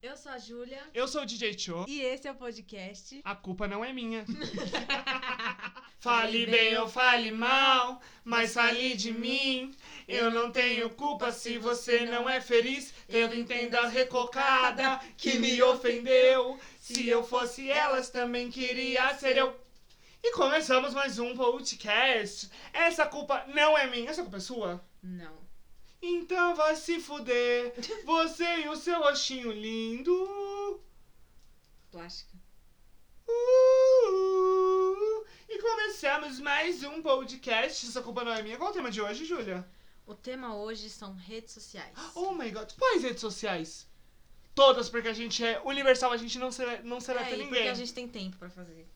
Eu sou a Júlia Eu sou o DJ Cho. e esse é o podcast. A culpa não é minha. fale bem ou fale mal, mas fale de mim. Eu não tenho culpa se você não é feliz. Eu entendo a recocada que me ofendeu. Se eu fosse elas, também queria ser eu. E começamos mais um podcast. Essa culpa não é minha, essa culpa é sua. Não. Então vai se fuder, você e o seu roxinho lindo. Plástica. Uh, e começamos mais um podcast. Essa culpa não é minha. Qual é o tema de hoje, Júlia? O tema hoje são redes sociais. Oh my god. Quais redes sociais? Todas, porque a gente é universal, a gente não, sele não seleta é, e porque ninguém. a gente tem tempo pra fazer.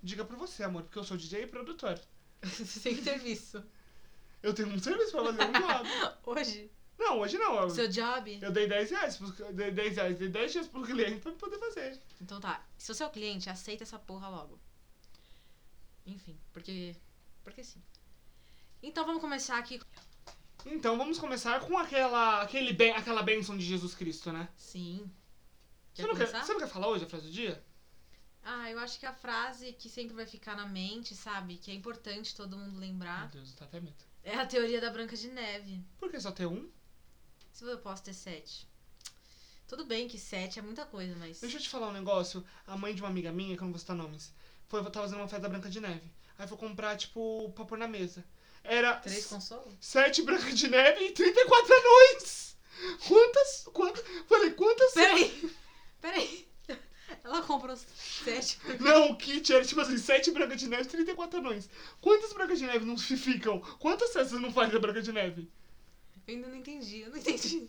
Diga pra você, amor, porque eu sou DJ e produtor. Sem serviço. Eu tenho um serviço pra fazer um job. Hoje. Não, hoje não. Eu, Seu job? eu dei 10 reais, pros- dei 10 reais, dei 10 dias pro cliente pra poder fazer. Então tá. Se você é o cliente, aceita essa porra logo. Enfim, porque. Porque sim. Então vamos começar aqui. Então vamos começar com aquela, aquele ben, aquela bênção de Jesus Cristo, né? Sim. Você Quer não, quer, começar? você não quer falar hoje a frase do dia? Ah, eu acho que a frase que sempre vai ficar na mente, sabe? Que é importante todo mundo Meu lembrar. Deus, tá até medo. É a teoria da Branca de Neve. Por que só ter um? Se eu posso ter sete. Tudo bem que sete é muita coisa, mas. Deixa eu te falar um negócio. A mãe de uma amiga minha, que eu não vou citar nomes, foi tava fazendo uma festa da Branca de Neve. Aí foi comprar, tipo, pra pôr na mesa. Era Três s- consolos? sete Branca de Neve e 34 anões! Quantas? Quantas? Falei, quantas? Peraí! Peraí! Ela comprou sete. Não, o kit era tipo assim, sete Branca de Neve e 34 anões. Quantas Branca de Neve não se ficam? Quantas festas não faz da Branca de Neve? Eu ainda não entendi, eu não entendi.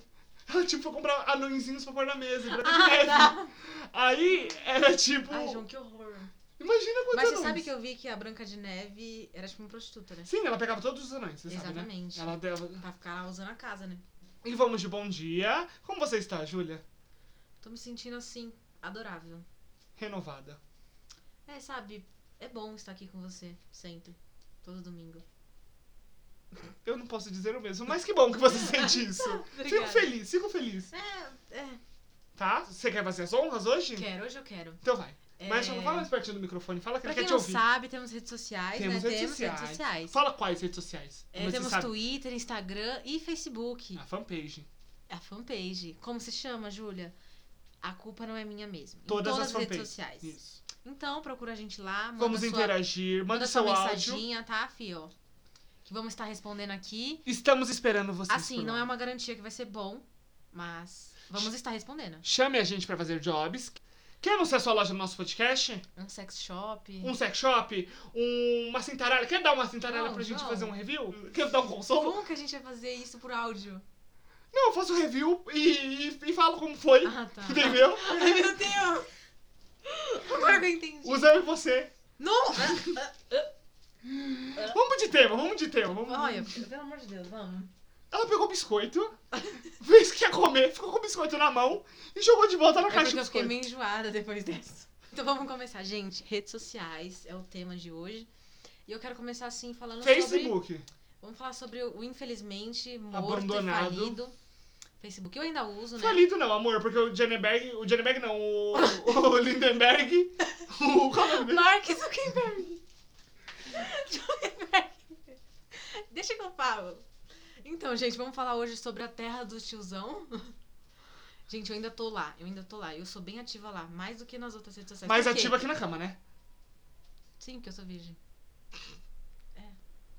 Ela, tipo, foi comprar anõezinhos pra pôr na mesa, Branca de Ah, Neve. tá! Aí, era tipo... Ai, João, que horror. Imagina quantos Mas você anões. sabe que eu vi que a Branca de Neve era tipo uma prostituta, né? Sim, ela pegava todos os anões, você sabe, né? Exatamente. Ela dava... Pra ficar usando a casa, né? E vamos de bom dia. Como você está, Júlia? Tô me sentindo assim, adorável. Renovada. É, sabe, é bom estar aqui com você, sempre. Todo domingo. Eu não posso dizer o mesmo, mas que bom que você sente isso. Ah, fico Obrigada. feliz, fico feliz. É, é. Tá? Você quer fazer as honras hoje? Quero, hoje eu quero. Então vai. Mas É, só fala mais pertinho do microfone, fala que Pra ele quem quer te não ouvir. sabe, temos redes sociais, Temos né? redes temos redes sociais. sociais. Fala quais redes sociais. É, Como você temos sabe? Ah. Twitter, Instagram e Facebook. A fanpage. A fanpage. Como se chama, Júlia? A culpa não é minha mesmo. Em Todas todas as redes fanpages. sociais. Isso. Então, procura a gente lá. Manda vamos sua, interagir, manda, manda seu sua áudio. mensaginha, tá, Fio? Que vamos estar respondendo aqui. Estamos esperando vocês. Assim, por não lá. é uma garantia que vai ser bom, mas vamos estar respondendo. Chame a gente pra fazer jobs. Quer anunciar sua loja no nosso podcast? Um sex shop. Um sex shop? Um- uma cintaralha? Quer dar uma cintaralha Não, pra gente não. fazer um review? Quer dar um consolo? Como que a gente vai fazer isso por áudio? Não, eu faço um review e, e, e falo como foi. Ah, tá. Entendeu? Ai, meu Deus! Agora que eu entendi. Usa eu e você. Não! Vamos de tema, vamos de tema. vamos- É. Olha, pelo amor de Deus, vamos. Ela pegou biscoito, fez que ia comer, ficou com o biscoito na mão e jogou de volta na É caixa de porque eu fiquei biscoito. meio enjoada depois dessa. Então vamos começar, gente. Redes sociais é o tema de hoje. E eu quero começar assim falando sobre. Facebook. Vamos falar sobre o infelizmente morto Abandonado. e falido. Facebook eu ainda uso, né? Falido não, amor, porque o Jenneberg. O Jenneberg não, o, o Lindenberg. O. Qual é o nome dele? Mark Zuckerberg. Zuckerberg. Deixa que eu falo. Então, gente, vamos falar hoje sobre a terra do tiozão. Gente, eu ainda tô lá, eu ainda tô lá. Eu sou bem ativa lá, mais do que nas outras redes sociais. Mais Por quê? ativo aqui na cama, né? Sim, porque eu sou virgem. É.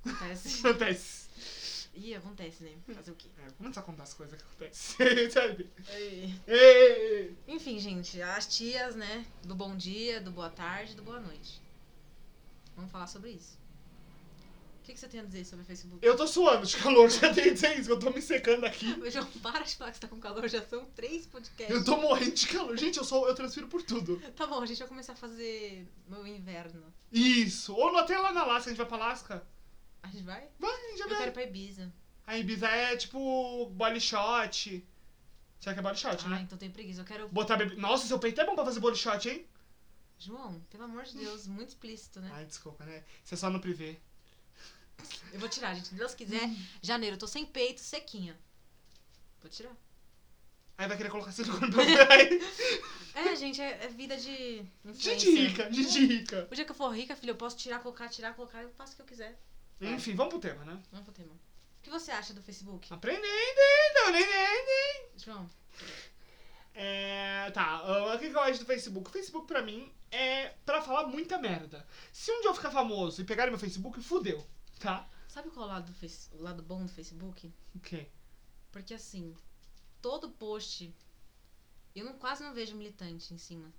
Acontece. Acontece. Ih, acontece, né? Fazer o quê? É, vamos só contar as coisas que acontecem, sabe? Ei. Ei! Enfim, gente, as tias, né? Do bom dia, do boa tarde, do boa noite. Vamos falar sobre isso. O que, que você tem a dizer sobre o Facebook? Eu tô suando de calor, já tem seis, eu tô me secando aqui. Ô, João, para de falar que você tá com calor, já são três podcasts. Eu tô morrendo de calor. Gente, eu sou, eu transpiro por tudo. Tá bom, a gente vai começar a fazer meu inverno. Isso. Ou no- até lá na Alasca, a gente vai pra Alasca. A gente vai? Vai, a gente já Eu vai. quero ir pra Ibiza. A Ibiza é tipo body shot. Será que é body shot, Ah, né? então tem preguiça. Eu quero. Botar bebê. Nossa, seu peito é bom pra fazer body shot, hein? João, pelo amor de Deus, muito explícito, né? Ai, desculpa, né? Isso é só no privê. Eu vou Uhum. tirar, gente. Se Deus quiser, janeiro, eu tô sem peito, sequinha. Vou tirar. Aí vai querer colocar silicone pra aí. É, gente, é, é vida de. Gente influencer. rica, gente rica. O dia que eu for rica, filho, eu posso tirar, colocar, tirar, colocar, eu faço o que eu quiser. Vai. Enfim, vamos pro tema, né? Vamos pro tema. O que você acha do Facebook, Aprendendo, né? ainda, aprendendo. João? É, tá, ah, o que que eu acho do Facebook? O Facebook pra mim é pra falar muita merda. Se um dia eu ficar famoso e pegarem meu Facebook, fudeu, tá? Sabe qual é o lado, do face- o lado bom do Facebook? O quê? Porque assim, todo post. Eu não, quase não vejo militante em cima.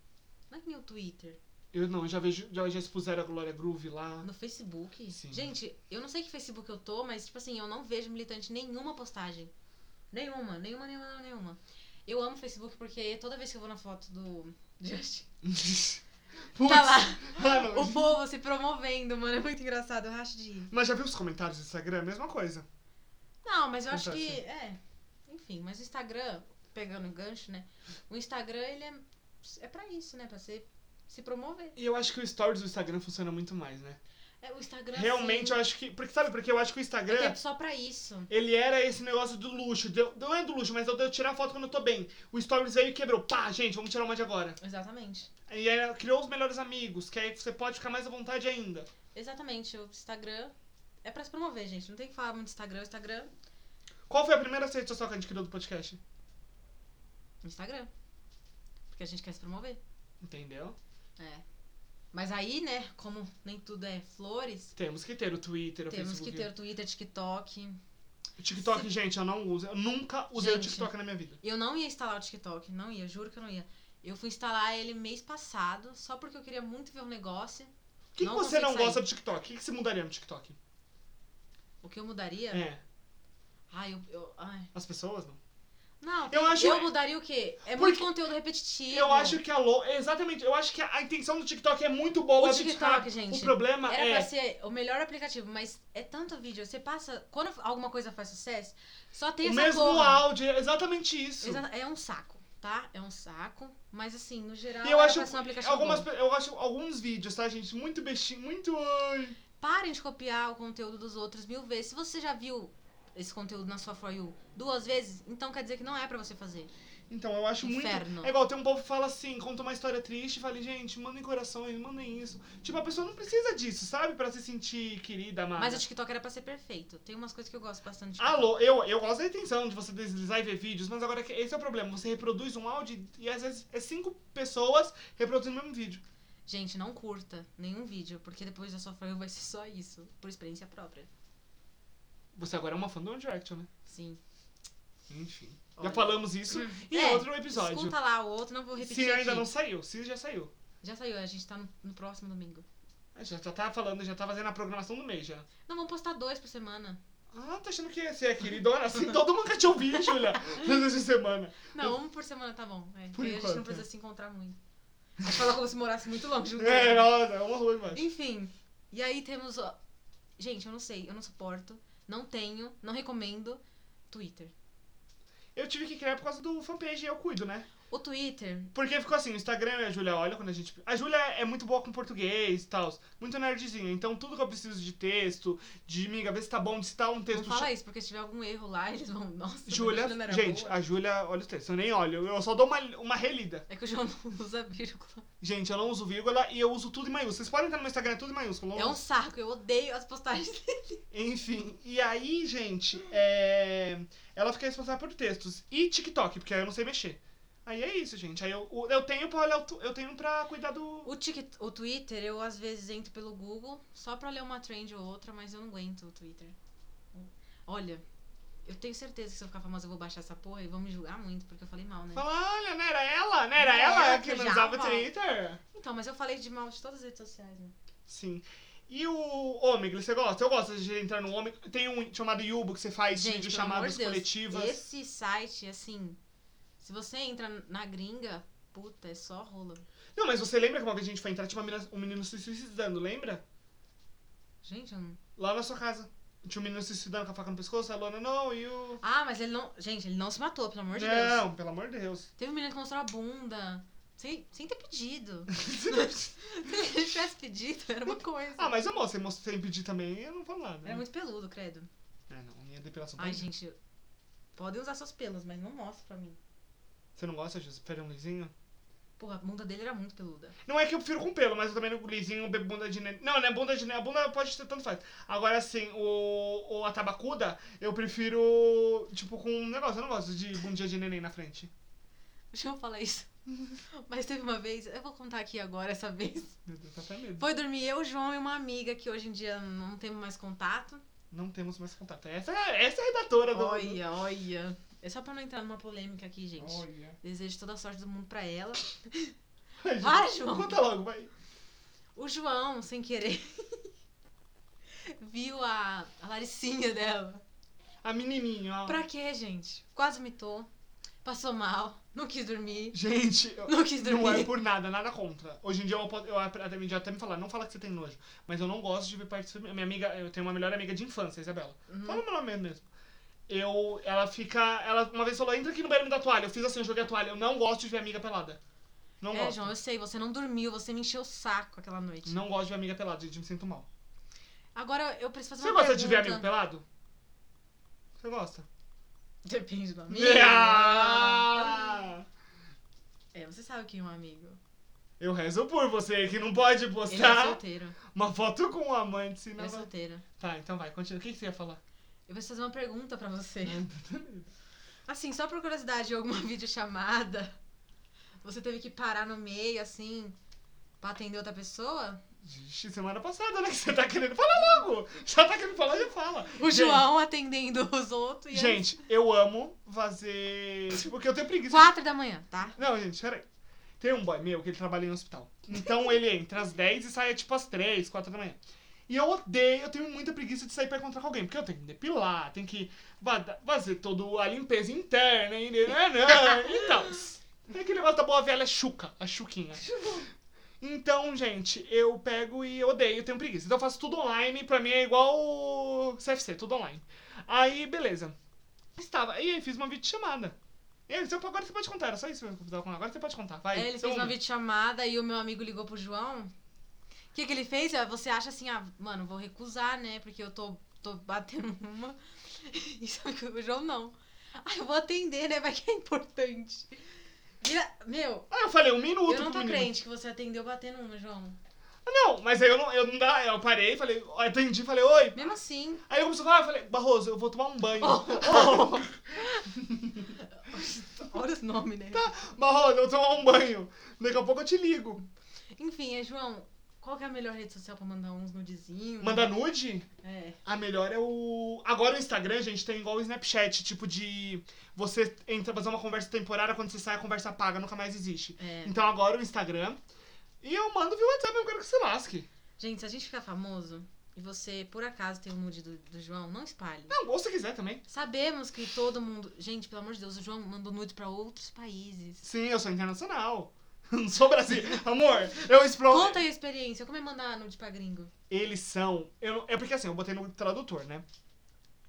Não é que nem o Twitter. Eu não, já vejo, já, já expuseram a Glória Groove lá. No Facebook. Sim. Gente, eu não sei que Facebook eu tô, mas, tipo assim, eu não vejo militante em nenhuma postagem. Nenhuma, nenhuma, nenhuma, nenhuma. Eu amo o Facebook porque toda vez que eu vou na foto do Justin, Putz, tá lá ah, não. o povo se promovendo, mano. É muito engraçado, eu racho de rir. Mas já viu os comentários do Instagram? Mesma coisa. Não, mas eu acho que. Acontece. É. Enfim, mas o Instagram, pegando o gancho, né? O Instagram, ele é, é pra isso, né? Pra você se promover. E eu acho que o Stories do Instagram funciona muito mais, né? É, o Instagram. Realmente eu acho que. Porque, sabe, porque eu acho que o assim, é Instagram. que é só pra isso. Ele era esse negócio do luxo. Deu, não é do luxo, mas eu devo tirar foto quando eu tô bem. O Stories veio e quebrou. Pá, gente, vamos tirar uma de agora. Exatamente. E aí criou os melhores amigos, que aí você pode ficar mais à vontade ainda. Exatamente. O Instagram é pra se promover, gente. Não tem que falar muito do Instagram. O Instagram. Qual foi a primeira rede social que a gente criou do podcast? Instagram. Porque a gente quer se promover. Entendeu? É. Mas aí, né? Como nem tudo é flores. Temos que ter o Twitter, o Temos que Facebook. né? ter o Twitter, TikTok. O TikTok, gente, eu não uso. Eu nunca usei o Gente. TikTok na minha vida. Eu não ia instalar o TikTok, não ia, juro que eu não ia. Eu fui instalar ele mês passado, só porque eu queria muito ver um negócio. O que, Não que você não consigo gosta do TikTok? O que, que você mudaria no TikTok? O que eu mudaria? É. Ai, eu. eu- ai. As pessoas, não? Não, Eu acho- eu mudaria o quê? É Porque- muito conteúdo repetitivo. Eu acho que a lo... Exatamente, eu acho que a intenção do TikTok é muito boa. O de TikTok, ficar- gente, O problema Era é. pra ser o melhor aplicativo, mas é tanto vídeo. Você passa. Quando alguma coisa faz sucesso, só tem o essa mesmo porra. áudio, é exatamente isso. Exa- É um saco, tá? É um saco. Mas assim, no geral, E eu era acho, pra ser um aplicativo algumas, bom. pe- eu acho alguns vídeos, tá, gente? Muito bestinho, muito. ai, Parem de copiar o conteúdo dos outros mil vezes. Se você já viu esse conteúdo na sua For You duas vezes, então quer dizer que não é pra você fazer. Então, eu acho muito. Inferno. É igual, tem um povo que fala assim, conta uma história triste e fala, gente, mandem corações, mandem isso. Tipo, a pessoa não precisa disso, sabe? Pra se sentir querida, amada. Mas o TikTok era pra ser perfeito. Tem umas coisas que eu gosto bastante. de Alô, eu, eu gosto da intenção de você deslizar e ver vídeos, mas agora que- esse é o problema. Você reproduz um áudio e às vezes é cinco pessoas reproduzindo o mesmo vídeo. Gente, não curta nenhum vídeo, porque depois da sua For You vai ser só isso, por experiência própria. Você agora é uma fã do One Direction, né? Sim. Enfim. Olha. Já falamos isso em É, outro episódio. Escuta lá o outro, não vou repetir. Se ainda aqui. não saiu, se já saiu. Já saiu, a gente tá no, no próximo domingo. Ah, Já, já tá falando, já tá fazendo a programação do mês já. Não, vamos postar dois por semana. Ah, tá achando que você é queridona? Assim, todo mundo quer te ouvir, Julia, nessa semana. Não, um por semana tá bom. É, Por aí a gente não enquanto, precisa se encontrar muito. A gente fala como se morasse muito longe. não É, tem? nossa, é uma rua embaixo. Enfim, e aí temos. ó, Gente, eu não sei, eu não suporto, não tenho, não recomendo Twitter. Eu tive que criar por causa do fanpage e eu cuido, né? O Twitter, Porque ficou assim, o Instagram e a Júlia olha quando a gente. A Júlia é muito boa com português e tal, muito nerdzinha. Então tudo que eu preciso de texto, de miga, ver se tá bom, se tá um não texto. fala isso, porque se tiver algum erro lá, eles vão. Nossa, Júlia, a não era gente, boa. a Júlia olha o texto, eu nem olho, eu só dou uma, uma relida. É que o João não usa vírgula. Gente, eu não uso vírgula e eu uso tudo em maiúsculo. Vocês podem entrar no meu Instagram, é tudo em maiúsculo. eu não É um uso. saco, eu odeio as postagens. Enfim, e aí, gente, é... ela fica responsável por textos e TikTok, porque aí eu não sei mexer. Aí é isso, gente. Aí eu, eu tenho pra olhar, o tu- eu tenho pra cuidar do. O, tic, o Twitter, eu às vezes entro pelo Google só pra ler uma trend ou outra, mas eu não aguento o Twitter. Olha, eu tenho certeza que se eu ficar famosa eu vou baixar essa porra e vão me julgar muito, porque eu falei mal, né? Fala, olha, não era ela? Não era Não ela, era que que não já usava o volta. Twitter? Então, mas eu falei de mal de todas as redes sociais, né? Sim. E o Omegle, você gosta? Eu gosto de entrar no Omegle. Tem um chamado Yubo que você faz Gente, vídeo pelo amor chamadas de Deus, coletivas. Esse site, assim, se você entra na gringa, puta, é só rola. Não, mas você lembra que uma vez a gente foi entrar, tinha uma menina, um menino se suicidando, lembra? Gente, eu não... Lá na sua casa. Tinha um menino se suicidando com a faca no pescoço, a Lona não, e o. Ah, mas ele não... Gente, ele não se matou, pelo amor de Deus. não, pelo amor de Deus. Teve um menino que mostrou a bunda, sem, sem ter pedido. se ele tivesse pedido, era uma coisa. ah, mas amor, você mostrou sem pedir também, eu não falo nada. Era É muito peludo, credo. É, não, minha depilação tá Ai, aí. gente, podem usar seus pelos, mas não mostra pra mim. Você não gosta de pelo lisinho? Porra, a bunda dele era muito peluda. Não é que eu prefiro com pelo, mas eu também não lisinho, be- bunda de neném. Não, né? Bunda de neném. A bunda pode ser tanto faz. Agora, assim, o, o a tabacuda, eu prefiro, tipo, com um negócio. Eu não gosto de bundinha de neném na frente. Deixa eu falar isso. Mas teve uma vez, eu vou contar aqui agora essa vez. Meu Deus, tá até medo. Foi dormir eu, o João e uma amiga que hoje em dia não temos mais contato. Não temos mais contato. Essa, é- essa é a redatora do. Olha, olha. É só pra não entrar numa polêmica aqui, gente. Olha. Desejo toda a sorte do mundo pra ela. Ai, gente, Vai, João. Conta logo, vai. O João, sem querer, viu a, a Laricinha dela. A menininha, ó. Pra quê, gente? Quase mitou, passou mal, não quis dormir, Gente, eu- não quis não é dormir. por nada, nada contra. Hoje em dia eu, po- eu até, me- já até me falar, não fala que você tem nojo, mas eu não gosto de ver partes femininas. Minha amiga, eu tenho uma melhor amiga de infância, Isabela. Hum. Fala o meu nome mesmo. Eu, ela fica, ela uma vez falou, entra aqui no banheiro da toalha. Eu fiz assim, eu joguei a toalha. Eu não gosto de ver amiga pelada. Não é, gosto. João, eu sei, você não dormiu, você me encheu o saco aquela noite. Não gosto de ver amiga pelada, gente, me sinto mal. Agora eu preciso fazer Você uma gosta pergunta. de ver amigo pelado? Você gosta? Depende do amigo. Ah! É, você sabe que é um amigo. Eu rezo por você, que não pode Ele é postar solteiro. uma foto com um amante, Ele senão... é vai- solteiro. Tá, então vai, continua. O que, que você ia falar? Eu preciso fazer uma pergunta pra você. É. Assim, só por curiosidade, em alguma videochamada, você teve que parar no meio, assim, pra atender outra pessoa? Gente, semana passada, né? Que você tá querendo. Fala logo! Já tá querendo falar, já fala. O Gente. João atendendo os outros e eu- Gente, eu amo fazer. Porque eu tenho preguiça. de- Quatro da manhã, tá? Não, gente, peraí. Tem um boy meu que ele trabalha em hospital. Então ele entra às 10 e sai tipo às 3, 4 da manhã. E eu odeio, eu tenho muita preguiça de sair pra encontrar com alguém, porque eu tenho que depilar, tenho que bada- fazer toda a limpeza interna e né, nananã e tal. então. Tem aquele negócio da boa velha chuca, a chuquinha. Então, gente, eu pego e eu odeio, eu tenho preguiça. Então eu faço tudo online, pra mim é igual o CFC, tudo online. Aí, beleza. Estava, e aí fiz uma videochamada. E aí, seu- agora você pode contar, era só isso que eu precisava contar. Agora você pode contar, vai. É, ele seu fez uma momento. videochamada e o meu amigo ligou pro João. O que, que ele fez? Ah, Você acha assim, ah, mano, vou recusar, né? Porque eu tô, tô batendo uma. E sabe que o João não. Ah, eu vou atender, né? Vai que é importante. Vira- Meu, Ah, eu falei um minuto eu não tô pro menino. crente que você atendeu batendo uma, João. Não, mas aí eu não, eu não dá, eu parei, falei, ó, atendi, falei, oi. Mesmo assim, Oh, Aí ele começou a falar, eu falei, Barroso, eu vou tomar um banho. olha os nomes, né? Tá. Barroso, eu vou tomar um banho. Daqui a pouco eu te ligo. Enfim, é, João, qual que é a melhor rede social pra mandar uns nudezinhos? Manda nude? É. A melhor é o. Agora o Instagram, gente, tem igual o Snapchat, tipo de. Você entra fazer uma conversa temporária, quando você sai a conversa apaga, nunca mais existe. É. Então agora o Instagram. E eu mando via WhatsApp, eu quero que você lasque. Gente, se a gente ficar famoso e você, por acaso, tem um nude do, do João, não espalhe. Não, ou se quiser também. Sabemos que todo mundo. Gente, pelo amor de Deus, o João mandou nude pra outros países. Sim, eu sou internacional. Não sou Brasil. Amor, eu exploro. Conta aí a experiência. Como é mandar nude pra gringo? eles são. Eu, não- é porque assim, eu botei no tradutor, né?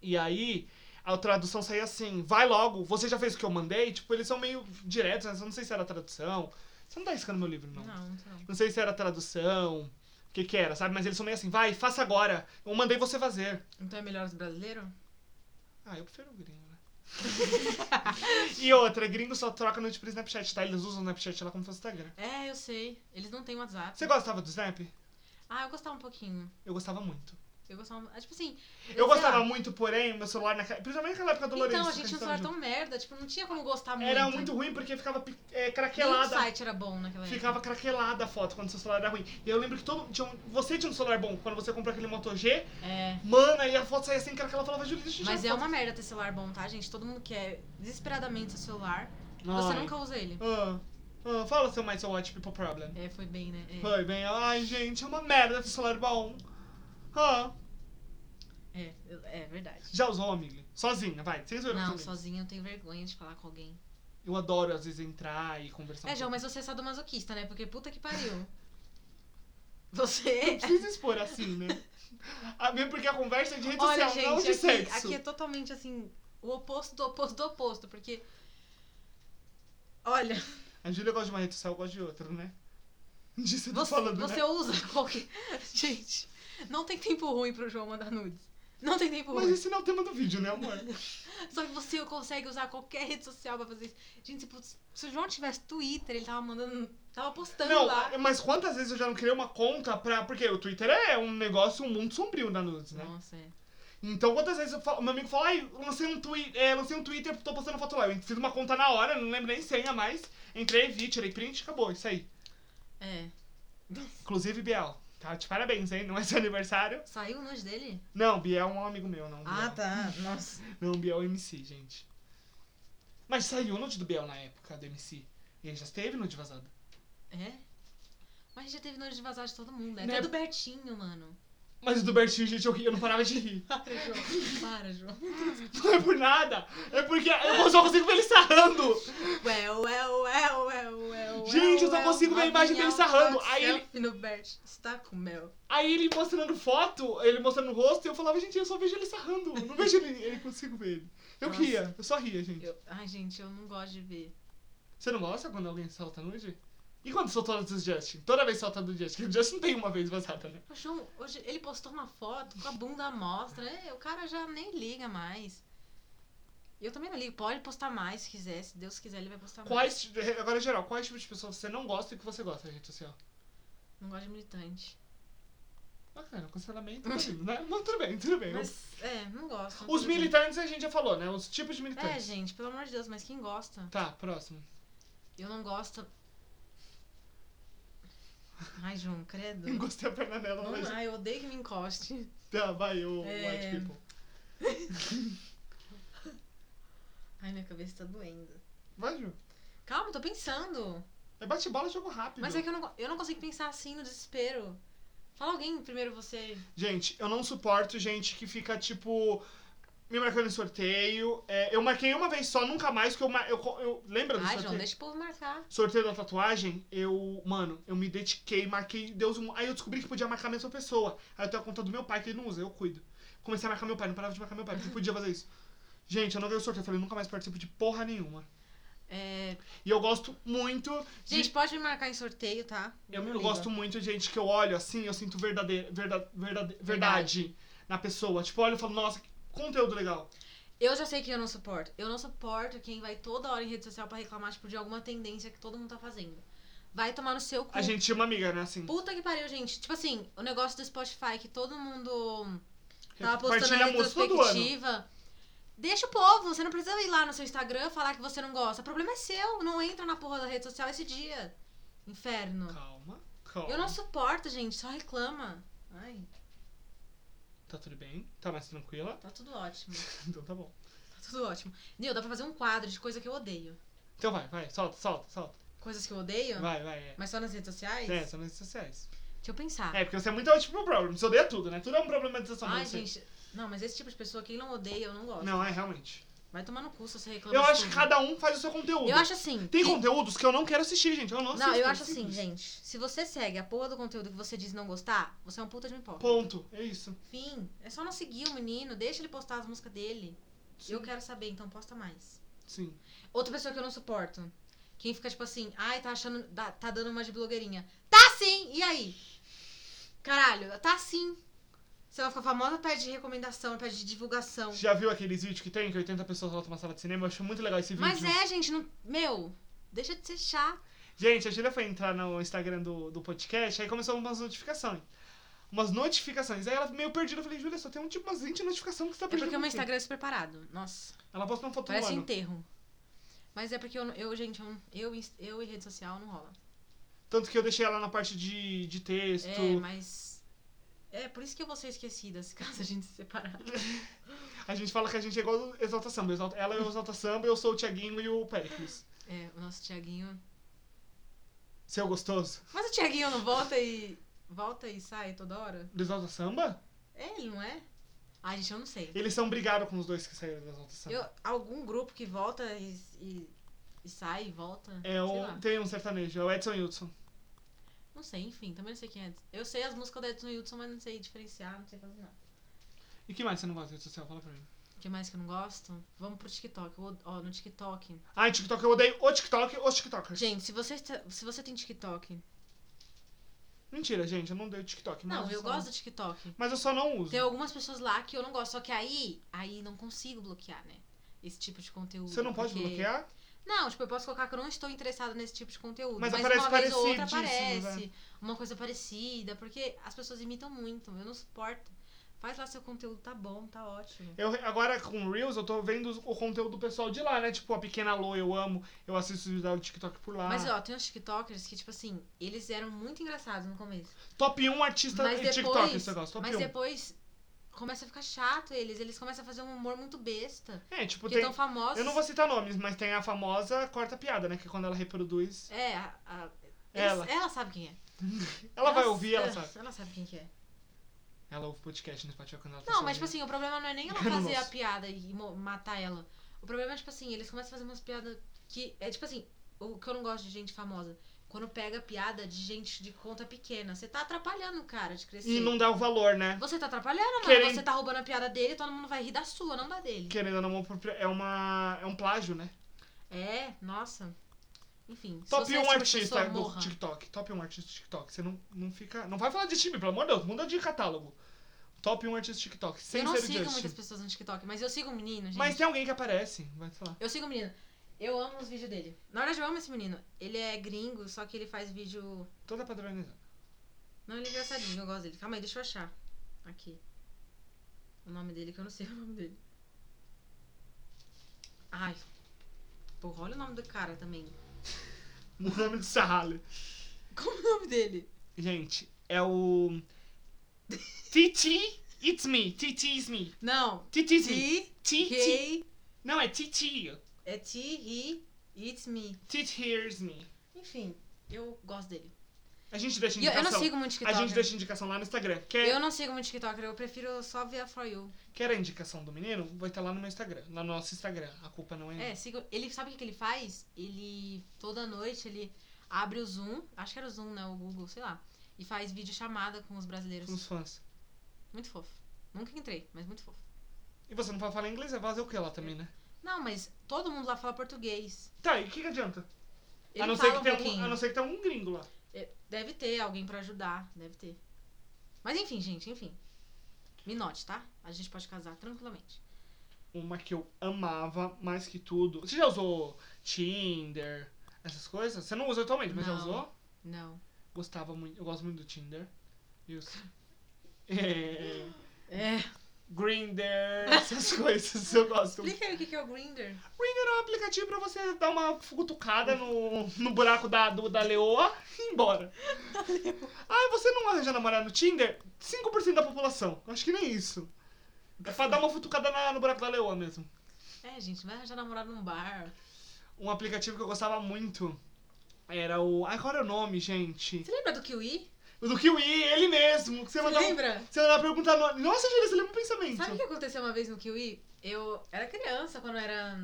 E aí a tradução saía assim: vai logo, você já fez o que eu mandei? Tipo, eles são meio diretos, né? Eu não sei se era tradução. Você não tá riscando meu livro, Não, não. não, então. não. Não sei se era tradução, o que que era, sabe? Mas eles são meio assim: vai, faça agora, eu mandei você fazer. Então é melhor os brasileiros? Ah, eu prefiro o gringo, né? e outra, gringo só troca noite pro Snapchat, tá? Eles usam o Snapchat lá como se fosse Instagram. É, eu sei. Eles não têm WhatsApp. Você gostava do Snap? Ah, eu gostava um pouquinho. Eu gostava muito. Eu gostava. ah, Tipo assim. Eu sei gostava lá. muito, porém, meu celular naquela. Principalmente naquela época do Lourenço. Então, a que gente tinha um tava celular tão merda. Tipo, não tinha como gostar muito. né? Era muito ruim porque ficava pi- é, Nem o craquelada. site era bom naquela época. Ficava craquelada a foto quando seu celular era ruim. E eu lembro que todo. Tinha um- você tinha um celular bom quando você comprou aquele Moto G, É. mano, aí a foto saía sem craquelada. Falava, Júlio, deixa eu tirar Mas é foto. uma merda ter celular bom, tá, gente? Todo mundo quer desesperadamente seu celular. Você Ai. nunca usa ele. Ah, ah, fala seu mais seu Watch People Problem. É, foi bem, né? É. Foi bem, ai gente, é uma merda ter celular bom. Ah, É, eu- é verdade. já usou, amigo? Sozinha, vai. Vocês viram Não, comigo. sozinha eu tenho vergonha de falar com alguém. Eu adoro, às vezes, entrar e conversar. É, um João, pouco. mas você é sadomasoquista, né? Porque puta que pariu. Você. Não precisa expor assim, né? Ah, Mesmo porque a conversa é de rede Olha, social, não de gente, aqui, sexo. aqui é totalmente assim. O oposto do oposto do oposto, porque. Olha, A Júlia gosta de uma rede social, eu gosto de outra, né? Disso eu tô você, é falando, você né? usa qualquer. Gente, não tem tempo ruim pro João mandar nudes. Não tem tempo Mas ruim. esse não é o tema do vídeo, né, amor? Então Só que você consegue usar qualquer rede social pra fazer isso. Gente, se, putz- se o João tivesse Twitter, ele tava mandando. Tava postando Não, lá. mas quantas vezes eu já não criei uma conta pra. Porque o Twitter é um negócio, um mundo sombrio na luz, né? Nossa, é. Então quantas vezes eu falo, meu amigo fala, ai, lancei um, twi é, lancei um Twitter, tô postando foto lá. Eu fiz uma conta na hora, não lembro nem senha mais. Entrei, vi, tirei print, acabou, isso aí. É. Inclusive, Biel, tá de parabéns, hein? Não é seu aniversário. Saiu o nude dele? Não, Biel é um amigo meu, não. Ah, Biel. tá. Nossa. Não, Biel é MC, gente. Mas saiu o nude do Biel na época do MC. E ele já esteve nude vazado. É? Mas já teve nojo de vazar de todo mundo. É Né? até do Bertinho, mano. Mas o do Bertinho, gente, eu, ri, eu não parava de rir. Para, João. Para, João. Não é por nada. É porque eu só consigo ver ele sarrando. Ué, ué, ué, ué, ué, ué. Gente, eu só ué, consigo ver a ué, imagem dele minha sarrando. foto, Aí ele- selfie no um Bert. Está com mel. Aí ele mostrando foto, ele mostrando o rosto, e eu falava, gente, eu só vejo ele sarrando. Eu não vejo ele, eu consigo ver ele. Eu Nossa. ria, eu só ria, gente. Eu- Ai, gente, eu não gosto de ver. Você não gosta quando alguém solta nude? E quando soltou a do Justin? Toda vez solta a do Justin. O Justin tem uma vez vazada, né? O João, hoje, ele postou uma foto com a bunda à mostra. né? o cara já nem liga mais. E Eu também não ligo. Pode postar mais se quiser. Se Deus quiser, ele vai postar mais. Quais, agora, geral, quais tipos de pessoas você não gosta e que você gosta, gente, assim, ó? Não gosto de militante. Bacana, cancelamento, tá lindo, né? Mas tudo bem, tudo bem. Mas, é, não gosto. Os Tudo bem. militantes a gente já falou, né? Os tipos É, de militantes. gente, pelo amor de Deus, mas quem gosta? Tá, próximo. Eu não gosto. Ai, João, credo. Encostei a perna nela, Não, mas... ai, eu odeio que me encoste. Tá, vai, o É. White People. Ai, minha cabeça tá doendo. Vai, Ju. Calma, eu tô pensando. É bate-bola, jogo rápido. Mas é que eu não, go- eu não consigo pensar assim no desespero. Fala alguém primeiro você. Gente, eu não suporto gente que fica, tipo, me marcando em sorteio. É, eu marquei uma vez só, nunca mais, que eu, mar- eu, co- eu- Lembra do Ai, sorteio? João, deixa o povo marcar. Sorteio da tatuagem, eu, mano, eu me dediquei, marquei, Deus, um... aí eu descobri que podia marcar a mesma pessoa. Aí eu tenho a conta do meu pai, que ele não usa, eu cuido. Comecei a marcar meu pai, não parava de marcar meu pai, porque eu podia fazer isso. Gente, eu não ganhei o sorteio, eu falei, nunca mais participo de porra nenhuma. É, E eu gosto muito de Gente, pode me marcar em sorteio, tá? Eu, Não eu ligo. gosto muito de gente que eu olho assim, eu sinto verdade, verdade, verdade, verdade na pessoa. Tipo, eu olho e falo, nossa, que conteúdo legal. Eu já sei que eu não suporto. Eu não suporto quem vai toda hora em rede social pra reclamar, tipo, de alguma tendência que todo mundo tá fazendo. Vai tomar no seu cu. A gente tinha uma amiga, né, assim. Puta que pariu, gente. Tipo assim, o negócio do Spotify que todo mundo tava postando na Partilha a música do ano. retrospectiva. Deixa o povo, você não precisa ir lá no seu Instagram falar que você não gosta. O problema é seu, não entra na porra da rede social esse dia. Inferno. Calma, calma. Eu não suporto, gente, só reclama. Ai, Tá tudo bem? Tá mais tranquila? tá tudo ótimo. Então tá bom. Tá tudo ótimo. Nil, dá pra fazer um quadro de coisa que eu odeio. Então vai, vai, solta, solta, solta. Coisas que eu odeio? Vai, vai, é. Então. Mas só nas redes sociais? É, são nas redes sociais. Deixa eu pensar. É, porque você é muito ótimo pro problema. Você odeia tudo, né? Tudo é um problema de sua Ai, você. gente. Não, mas esse tipo de pessoa, quem não odeia, eu não gosto. Não, é realmente. Vai tomar no cu se você reclama. Eu de acho que tudo. cada um faz o seu conteúdo. Eu acho assim. Tem que- conteúdos que eu não quero assistir, gente. Eu não assisto. Não, eu é acho assim, simples. gente. Se você segue a porra do conteúdo que você diz não gostar, você é um puta de um hipócrita. Ponto. É isso. Fim. É só não seguir o menino, deixa ele postar as músicas dele. Sim. Eu quero saber, então posta mais. Sim. Outra pessoa que eu não suporto. Quem fica tipo assim, ai, tá achando. dá- tá dando uma de blogueirinha. Tá sim! E aí? Caralho, tá sim. Você vai ficar famosa, pede recomendação, pede divulgação. Já viu aqueles vídeos que tem, que 80 pessoas lotam uma sala de cinema? Eu acho muito legal esse vídeo. Mas é, gente, não. Meu, deixa de ser chato. Gente, a Julia foi entrar no Instagram do, do podcast, aí começou umas notificações. Umas notificações. Aí ela meio perdida, eu falei, Julia, só tem um tipo umas 20 notificações que você tá É porque perdendo. o meu Instagram é super parado. Nossa. Ela posta uma foto do Parece ano. enterro. Mas é porque eu, não- eu gente, eu, não- eu, ins- eu e rede social não rola. Tanto que eu deixei ela na parte de, de texto. É, mas. É por isso que eu vou ser esquecida, se caso a gente se separar. A gente fala que a gente é igual ao Exalta Samba. Exalta- Ela é o Exalta Samba, eu sou o Tiaguinho e o Pericles. É, o nosso Tiaguinho. Seu gostoso? Mas o Tiaguinho não volta e. Volta e sai toda hora? Do Exalta Samba? É, ele não é? Ai, gente, eu não sei. Eles são brigados com os dois que saíram do Exalta Samba. Eu, algum grupo que volta e, e, e sai e volta. sei É um, lá. tem um sertanejo, é o Edson Hudson. Não sei, enfim, também não sei quem é. Eu sei as músicas da Edson Hudson, mas não sei diferenciar, não sei fazer nada. E que mais você não gosta de rede social? Fala pra mim. O que mais que eu não gosto? Vamos pro TikTok. Eu od- Ó, no TikTok. Ai, TikTok, eu odeio o TikTok, os TikTokers. tá, Gente, se você, está- se você tem TikTok, Mentira, gente, eu não dei o TikTok. mas Não, eu só- gosto do TikTok. Mas eu só não uso. Tem algumas pessoas lá que eu não gosto, só que aí, aí não consigo bloquear, né? Esse tipo de conteúdo. Você não pode porque- bloquear? Não, tipo, eu posso colocar que eu não estou interessada nesse tipo de conteúdo. Mas Mas, aparece uma vez ou outra parecidíssimo, né? aparece. Uma coisa parecida, porque as pessoas imitam muito. Eu não suporto. Faz lá seu conteúdo, tá bom, tá ótimo. Eu, agora com o Reels, eu tô vendo os- o conteúdo do pessoal de lá, né? Tipo, a pequena Lô, eu amo, eu assisto os vídeos do TikTok por lá. Mas ó, tem uns TikTokers que, tipo assim, eles eram muito engraçados no começo. Top 1 artista Mas em depois- TikTok, esse negócio. Top mas 1. depois começa a ficar chato eles. Eles começam a fazer um humor muito besta. É, tipo, Porque tem. tão famosos. Eu não vou citar nomes, mas tem a famosa corta piada, né? Que quando ela reproduz. É, a, a- eles- Ela. ela sabe quem é. Ela vai ouvir, ela é, sabe. Ela sabe quem que é. Ela ouve podcast no Spotify quando ela tá Não, mas tipo sozinha. assim, o problema não é nem ela Engano fazer a nosso. piada e mo- matar ela. O problema é, tipo assim, eles começam a fazer umas piadas que. É tipo assim, o que eu não gosto de gente famosa. Quando pega piada de gente de conta pequena, você tá atrapalhando o cara de crescer. E não dá o valor, né? Você tá atrapalhando, mano. Querendo- Você tá roubando a piada dele, todo mundo vai rir da sua, não da dele. Querendo ou não, é uma propria- é, uma, é um plágio, né? É, nossa. Enfim. se Top você é 1 esse tipo de artista pessoa, do morra. TikTok. Top 1 artista do TikTok. Você não, não fica. Não vai falar de time, pelo amor de Deus. Muda de catálogo. Top 1 artista do TikTok. Sem Eu não ser o sigo Justin. muitas pessoas no TikTok, mas eu sigo um menino, gente. Mas tem alguém que aparece. Vai falar. Eu sigo o menino. Eu amo os vídeos dele. Na verdade, eu amo esse menino. Ele é gringo, só que ele faz vídeo. Toda padronizada. Não, ele é engraçadinho, eu gosto dele. Calma aí, deixa eu achar. Aqui. O nome dele, que eu não sei o nome dele. Ai. Porra, olha o nome do cara também. O nome do Sahale. Como é o nome dele? Gente, é o. Titi, it's me. Titi is me. Não. Titi is me. T, Titi. K, Não, é Titi. é T, he, it's me. Titi hears me. Enfim, eu gosto dele. A gente deixa E eu, eu indicação. não sigo muito a TikTok. né? gente deixa indicação lá no Instagram. Quer, Eu não sigo muito TikToker, eu prefiro só ver a For You. quer a indicação do menino? Vai estar lá no meu Instagram. Lá no nosso Instagram. A culpa não é. É, sigo. Ele sabe o que que ele faz? Ele toda noite ele abre o Zoom, acho que era o Zoom, né? O Google, sei lá. E faz vídeo chamada com os brasileiros. Com os fãs. Muito fofo. Nunca entrei, mas muito fofo. E você não vai falar inglês? Vai fazer o que lá também, né? Não, mas todo mundo lá fala português. Tá, e o que, que adianta? Ele a, não ser fala que tenha um pouquinho. um, a não ser que tenha um gringo lá. É, Deve ter alguém pra ajudar, deve ter. Mas enfim, gente, enfim. Me note, tá? A gente pode casar tranquilamente. Uma que eu amava mais que tudo. Você já usou Tinder? Essas coisas? Você não usa atualmente, mas já Não. usou? Não. gostava muito, eu gosto muito do Tinder. E os... é, É. Grindr, essas coisas eu gosto. Grindr Explica aí o que que é o Grinder. é um aplicativo pra você dar uma cutucada no, no buraco da, do- da leoa e ir embora. Ah, você não arranja namorado no Tinder? 5% da população. Acho que nem isso. É pra dar uma futucada na- no buraco da leoa mesmo. É, gente, vai arranjar namorado num bar. Um aplicativo que eu gostava muito era o. Ai, qual era o nome, gente? Você lembra do Kiwi? O do Kiwi, ele mesmo. Que você Você mandava, lembra? você mandava perguntar. No... Nossa, Júlia, você lembra o pensamento? Sabe o que aconteceu uma vez no Kiwi? Eu era criança quando era.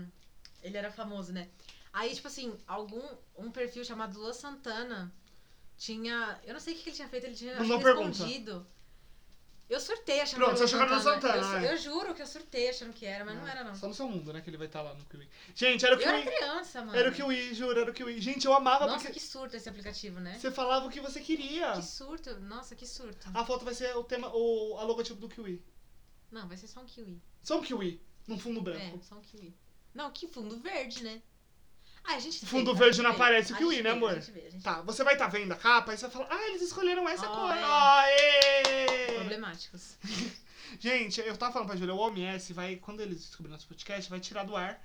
Ele era famoso, né? Aí, tipo assim, algum. Um perfil chamado Lua Santana tinha. Eu não sei o que que ele tinha feito, ele tinha acho Mandou que pergunta. respondido. Eu surtei achando Pronto, que você era achou que Lua era Lua Santana. Eu Santana, su- é. eu, juro que eu surtei achando que era, mas não, era, não. Só no seu mundo, né? Que ele vai estar lá no Kiwi. Gente, era o Eu era Kiwi. criança, mano. Era o Kiwi, juro, era o Kiwi. Gente, eu amava Nossa, porque que surto esse aplicativo, né? você falava o que você queria. Que surto. Nossa, que surto. A foto vai ser o tema, o a logotipo do Kiwi. Não, vai ser só um Kiwi. Só um Kiwi, num fundo É, branco. só um Kiwi. Não, que fundo verde, né? Ah, a gente. aceita, Fundo a verde gente não vê. aparece o A Kiwi, gente né, vê, amor? A gente vê, a gente Tá, você vai estar vendo a capa e você vai falar, ah, eles escolheram essa Oh, cor. é. Aê! Problemáticos. Gente, eu tava falando pra Julia, o OMS vai, quando eles descobrirem nosso podcast, vai tirar do ar.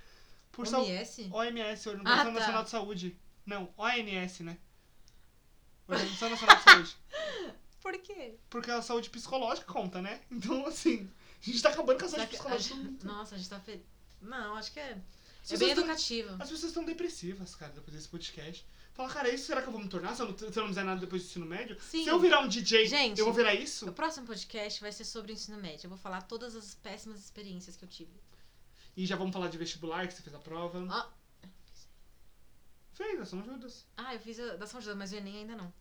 Por saúde. OMS? OMS, Organização Ah, tá. Nacional de Saúde. Não, ONS, né? Organização Nacional de Saúde. Por quê? Porque a saúde psicológica conta, né? Então, assim, a gente tá acabando com a Será saúde que- psicológica. Nossa, a gente tá feliz. Não, acho que é. As É pessoas bem tão- educativo. As pessoas estão depressivas, cara, depois desse podcast. Fala, cara, isso será que eu vou me tornar se eu não, se eu não fizer nada depois do ensino médio? Sim. Se eu virar um DJ, Gente. eu vou virar O isso? próximo podcast vai ser sobre o ensino médio. Eu vou falar todas as péssimas experiências que eu tive. E já vamos falar de vestibular, que você fez a prova. Ah. Fez, são Judas. Ah, eu fiz a da São José, mas o Enem ainda não.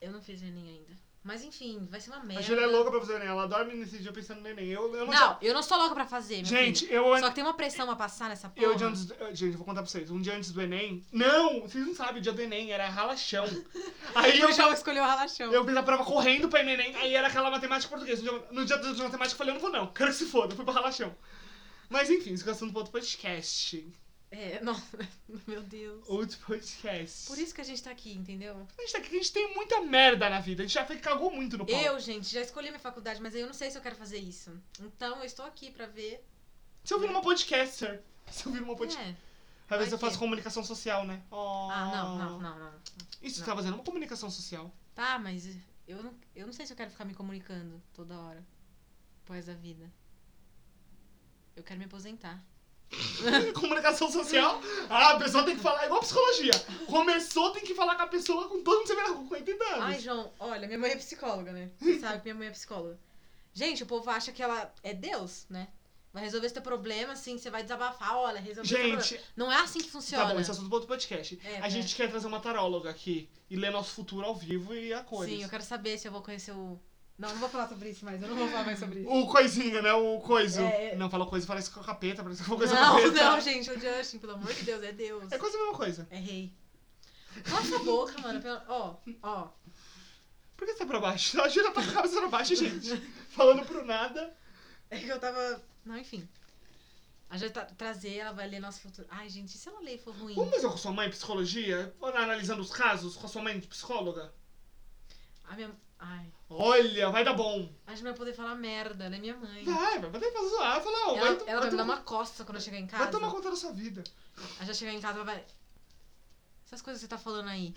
Eu não fiz o Enem ainda. Mas enfim, vai ser uma merda. A Júlia é louca pra fazer o Enem. Ela dorme nesse dia pensando no Enem. Eu, eu não, Não, eu não sou louca pra fazer, tinha- meu Gente, filho. eu, Só que tem uma pressão pra passar nessa porra. eu dia antes. do- eu- Gente, eu vou contar pra vocês. Um dia antes do Enem. Não! Vocês não sabem, o dia do Enem era ralachão. Aí eu, Eu já escolhi o ralachão. eu fiz a prova correndo pra ir no Enem. Aí era aquela matemática portuguesa. No dia- No dia do- de matemática eu falei, eu não vou não. Quero que se foda. Eu fui pra ralachão. Mas enfim, isso é assunto pra outro podcast. É, não, meu Deus. Outro podcast. Por isso que a gente tá aqui, entendeu? A gente tá aqui, a gente tem muita merda na vida. A gente já fez- cagou muito no pau. Eu, gente, já escolhi minha faculdade, mas eu não sei se eu quero fazer isso. Então, eu estou aqui pra ver. Se eu vir uma podcaster. Se eu vir uma podcast. É. Às vezes eu Vai faço que- comunicação social, né? Oh. Ah, não, não, não, não. Isso, não. você tá fazendo uma comunicação social. Tá, mas eu não, eu não sei se eu quero ficar me comunicando toda hora. Pós da vida. Eu quero me aposentar. comunicação social? Ah, a pessoa tem que falar, é igual psicologia. Começou, tem que falar com a pessoa com todo mundo você vai com 40 anos. Ai, João, olha, minha mãe é psicóloga, né? Você sabe que minha mãe é psicóloga. Gente, o povo acha que ela é Deus, né? Vai resolver esse teu problema, assim, você vai desabafar, olha, resolver esse teu problema. gente, Não é assim que tá funciona. bom, esse é assunto do outro podcast. É, a vai. gente quer trazer uma taróloga aqui e ler nosso futuro ao vivo e a cores. Sim, eu quero saber se eu vou conhecer o. Não, não vou falar sobre isso mais. Eu não vou falar mais sobre isso. O coisinho, né? O coiso. É, é. Não, fala coisa, parece que é o capeta, parece que eu vou coisa com Não, capeta. não, gente, o Justin, pelo amor de Deus, é Deus. É quase a mesma coisa. É rei. Cala sua boca, mano. pelo- Ó, ó. Por que você tá pra baixo? A Júlia tá com a cabeça pra baixo, gente. Falando pro nada. É que eu tava. Não, enfim. A gente tá trazer, ela vai ler nosso futuro. Ai, gente, e se ela ler e for ruim? Vamos fazer com sua mãe psicologia? Analisando os casos com a sua mãe de psicóloga? A minha. Ai. Olha, vai dar bom. A gente não vai poder falar merda, né? Minha mãe. Vai, vai poder fazer zoar. Fala, ó, Ela, vai, ela vai me dar tomar, uma costa quando eu chegar em casa. vai tomar conta da sua vida. Ela já chegar em casa, ela vai. Essas coisas que você tá falando aí.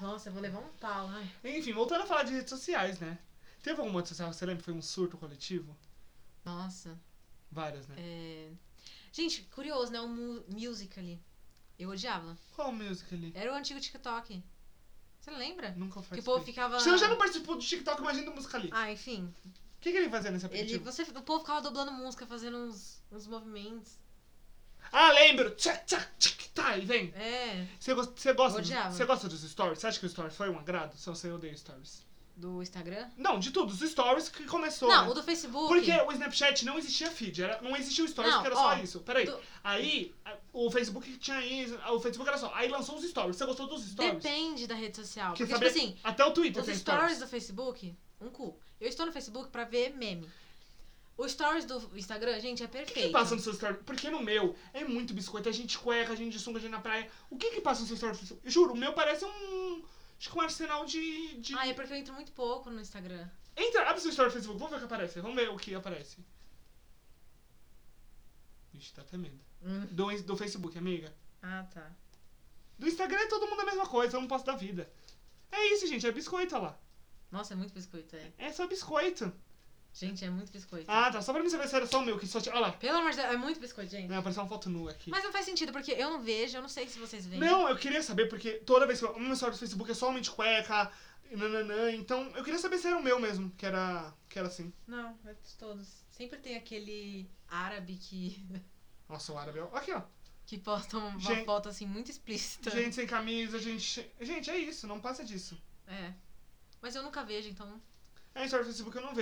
Nossa, eu vou levar um pau, ai. Enfim, voltando a falar de redes sociais, né? Teve alguma rede social que você lembra que foi um surto coletivo? Nossa. Várias, né? É... Gente, curioso, né? O mu Musical.ly. Eu odiava. Qual música ali? Era o antigo TikTok. Você lembra? Nunca Que faz. o povo ficava... Você já não participou do TikTok, imagina do música ali. Ah, enfim. O que, que ele fazia nesse Ele, aplicativo? você, o povo ficava dublando música, fazendo uns, uns movimentos. Ah, lembro! Tchac, tchac, tchac, tá, e vem. É, Você gosta, você gosta, Odiava. você gosta dos stories? Você acha que o story foi um agrado? Se você odeia stories. do Instagram. Não, de tudo, os stories que começou. Não, né? o do Facebook. Porque o Snapchat não existia feed, era, não existia o stories, Não, porque era ó, só isso. Peraí. do- Aí, a- o Facebook tinha isso, o Facebook era só. Aí lançou os stories. Você gostou dos stories? Depende da rede social. Porque Porque, saber- tipo assim, Até o Twitter os tem stories, stories. do Facebook, um cu. Eu estou no Facebook pra ver meme. O stories do Instagram, gente, é O que perfeito. que passa no seu story? Porque no meu é muito biscoito, a gente cueca, a gente de sunga, a gente na praia. O que que passa no seu story? Eu Juro, o meu parece um. Acho que um arsenal de. de... Ah, é porque eu entro muito pouco no Instagram. Entra, abre seu story no Facebook, vamos ver o que aparece. Vamos ver o que aparece. Ixi, tá até medo. Hum. Do, in- do Facebook, amiga. Ah, tá. Do Instagram é todo mundo a mesma coisa, eu não posso dar vida. É isso, gente, é biscoito, olha lá. Nossa, é muito biscoito, é. É só biscoito. Gente, é muito biscoito. Ah, tá, só pra mim saber se era só o meu, que só tinha... Olha lá. Pelo amor de Deus, é muito biscoito, gente. Não, apareceu uma foto nua aqui. Mas não faz sentido, porque eu não vejo, eu não sei se vocês veem. Não, eu queria saber, porque toda vez que eu... Uma história do Facebook é só homem de cueca, e nananã, então eu queria saber se era o meu mesmo, que era, que era assim. Não, é de todos. Sempre tem aquele árabe que, Nossa, o árabe... ó. Aqui, ó. que posta uma Gente- foto assim muito explícita. Gente sem camisa, gente... Gente, é isso, não passa disso. É. Mas eu nunca vejo, então. É, história do Facebook eu não vejo.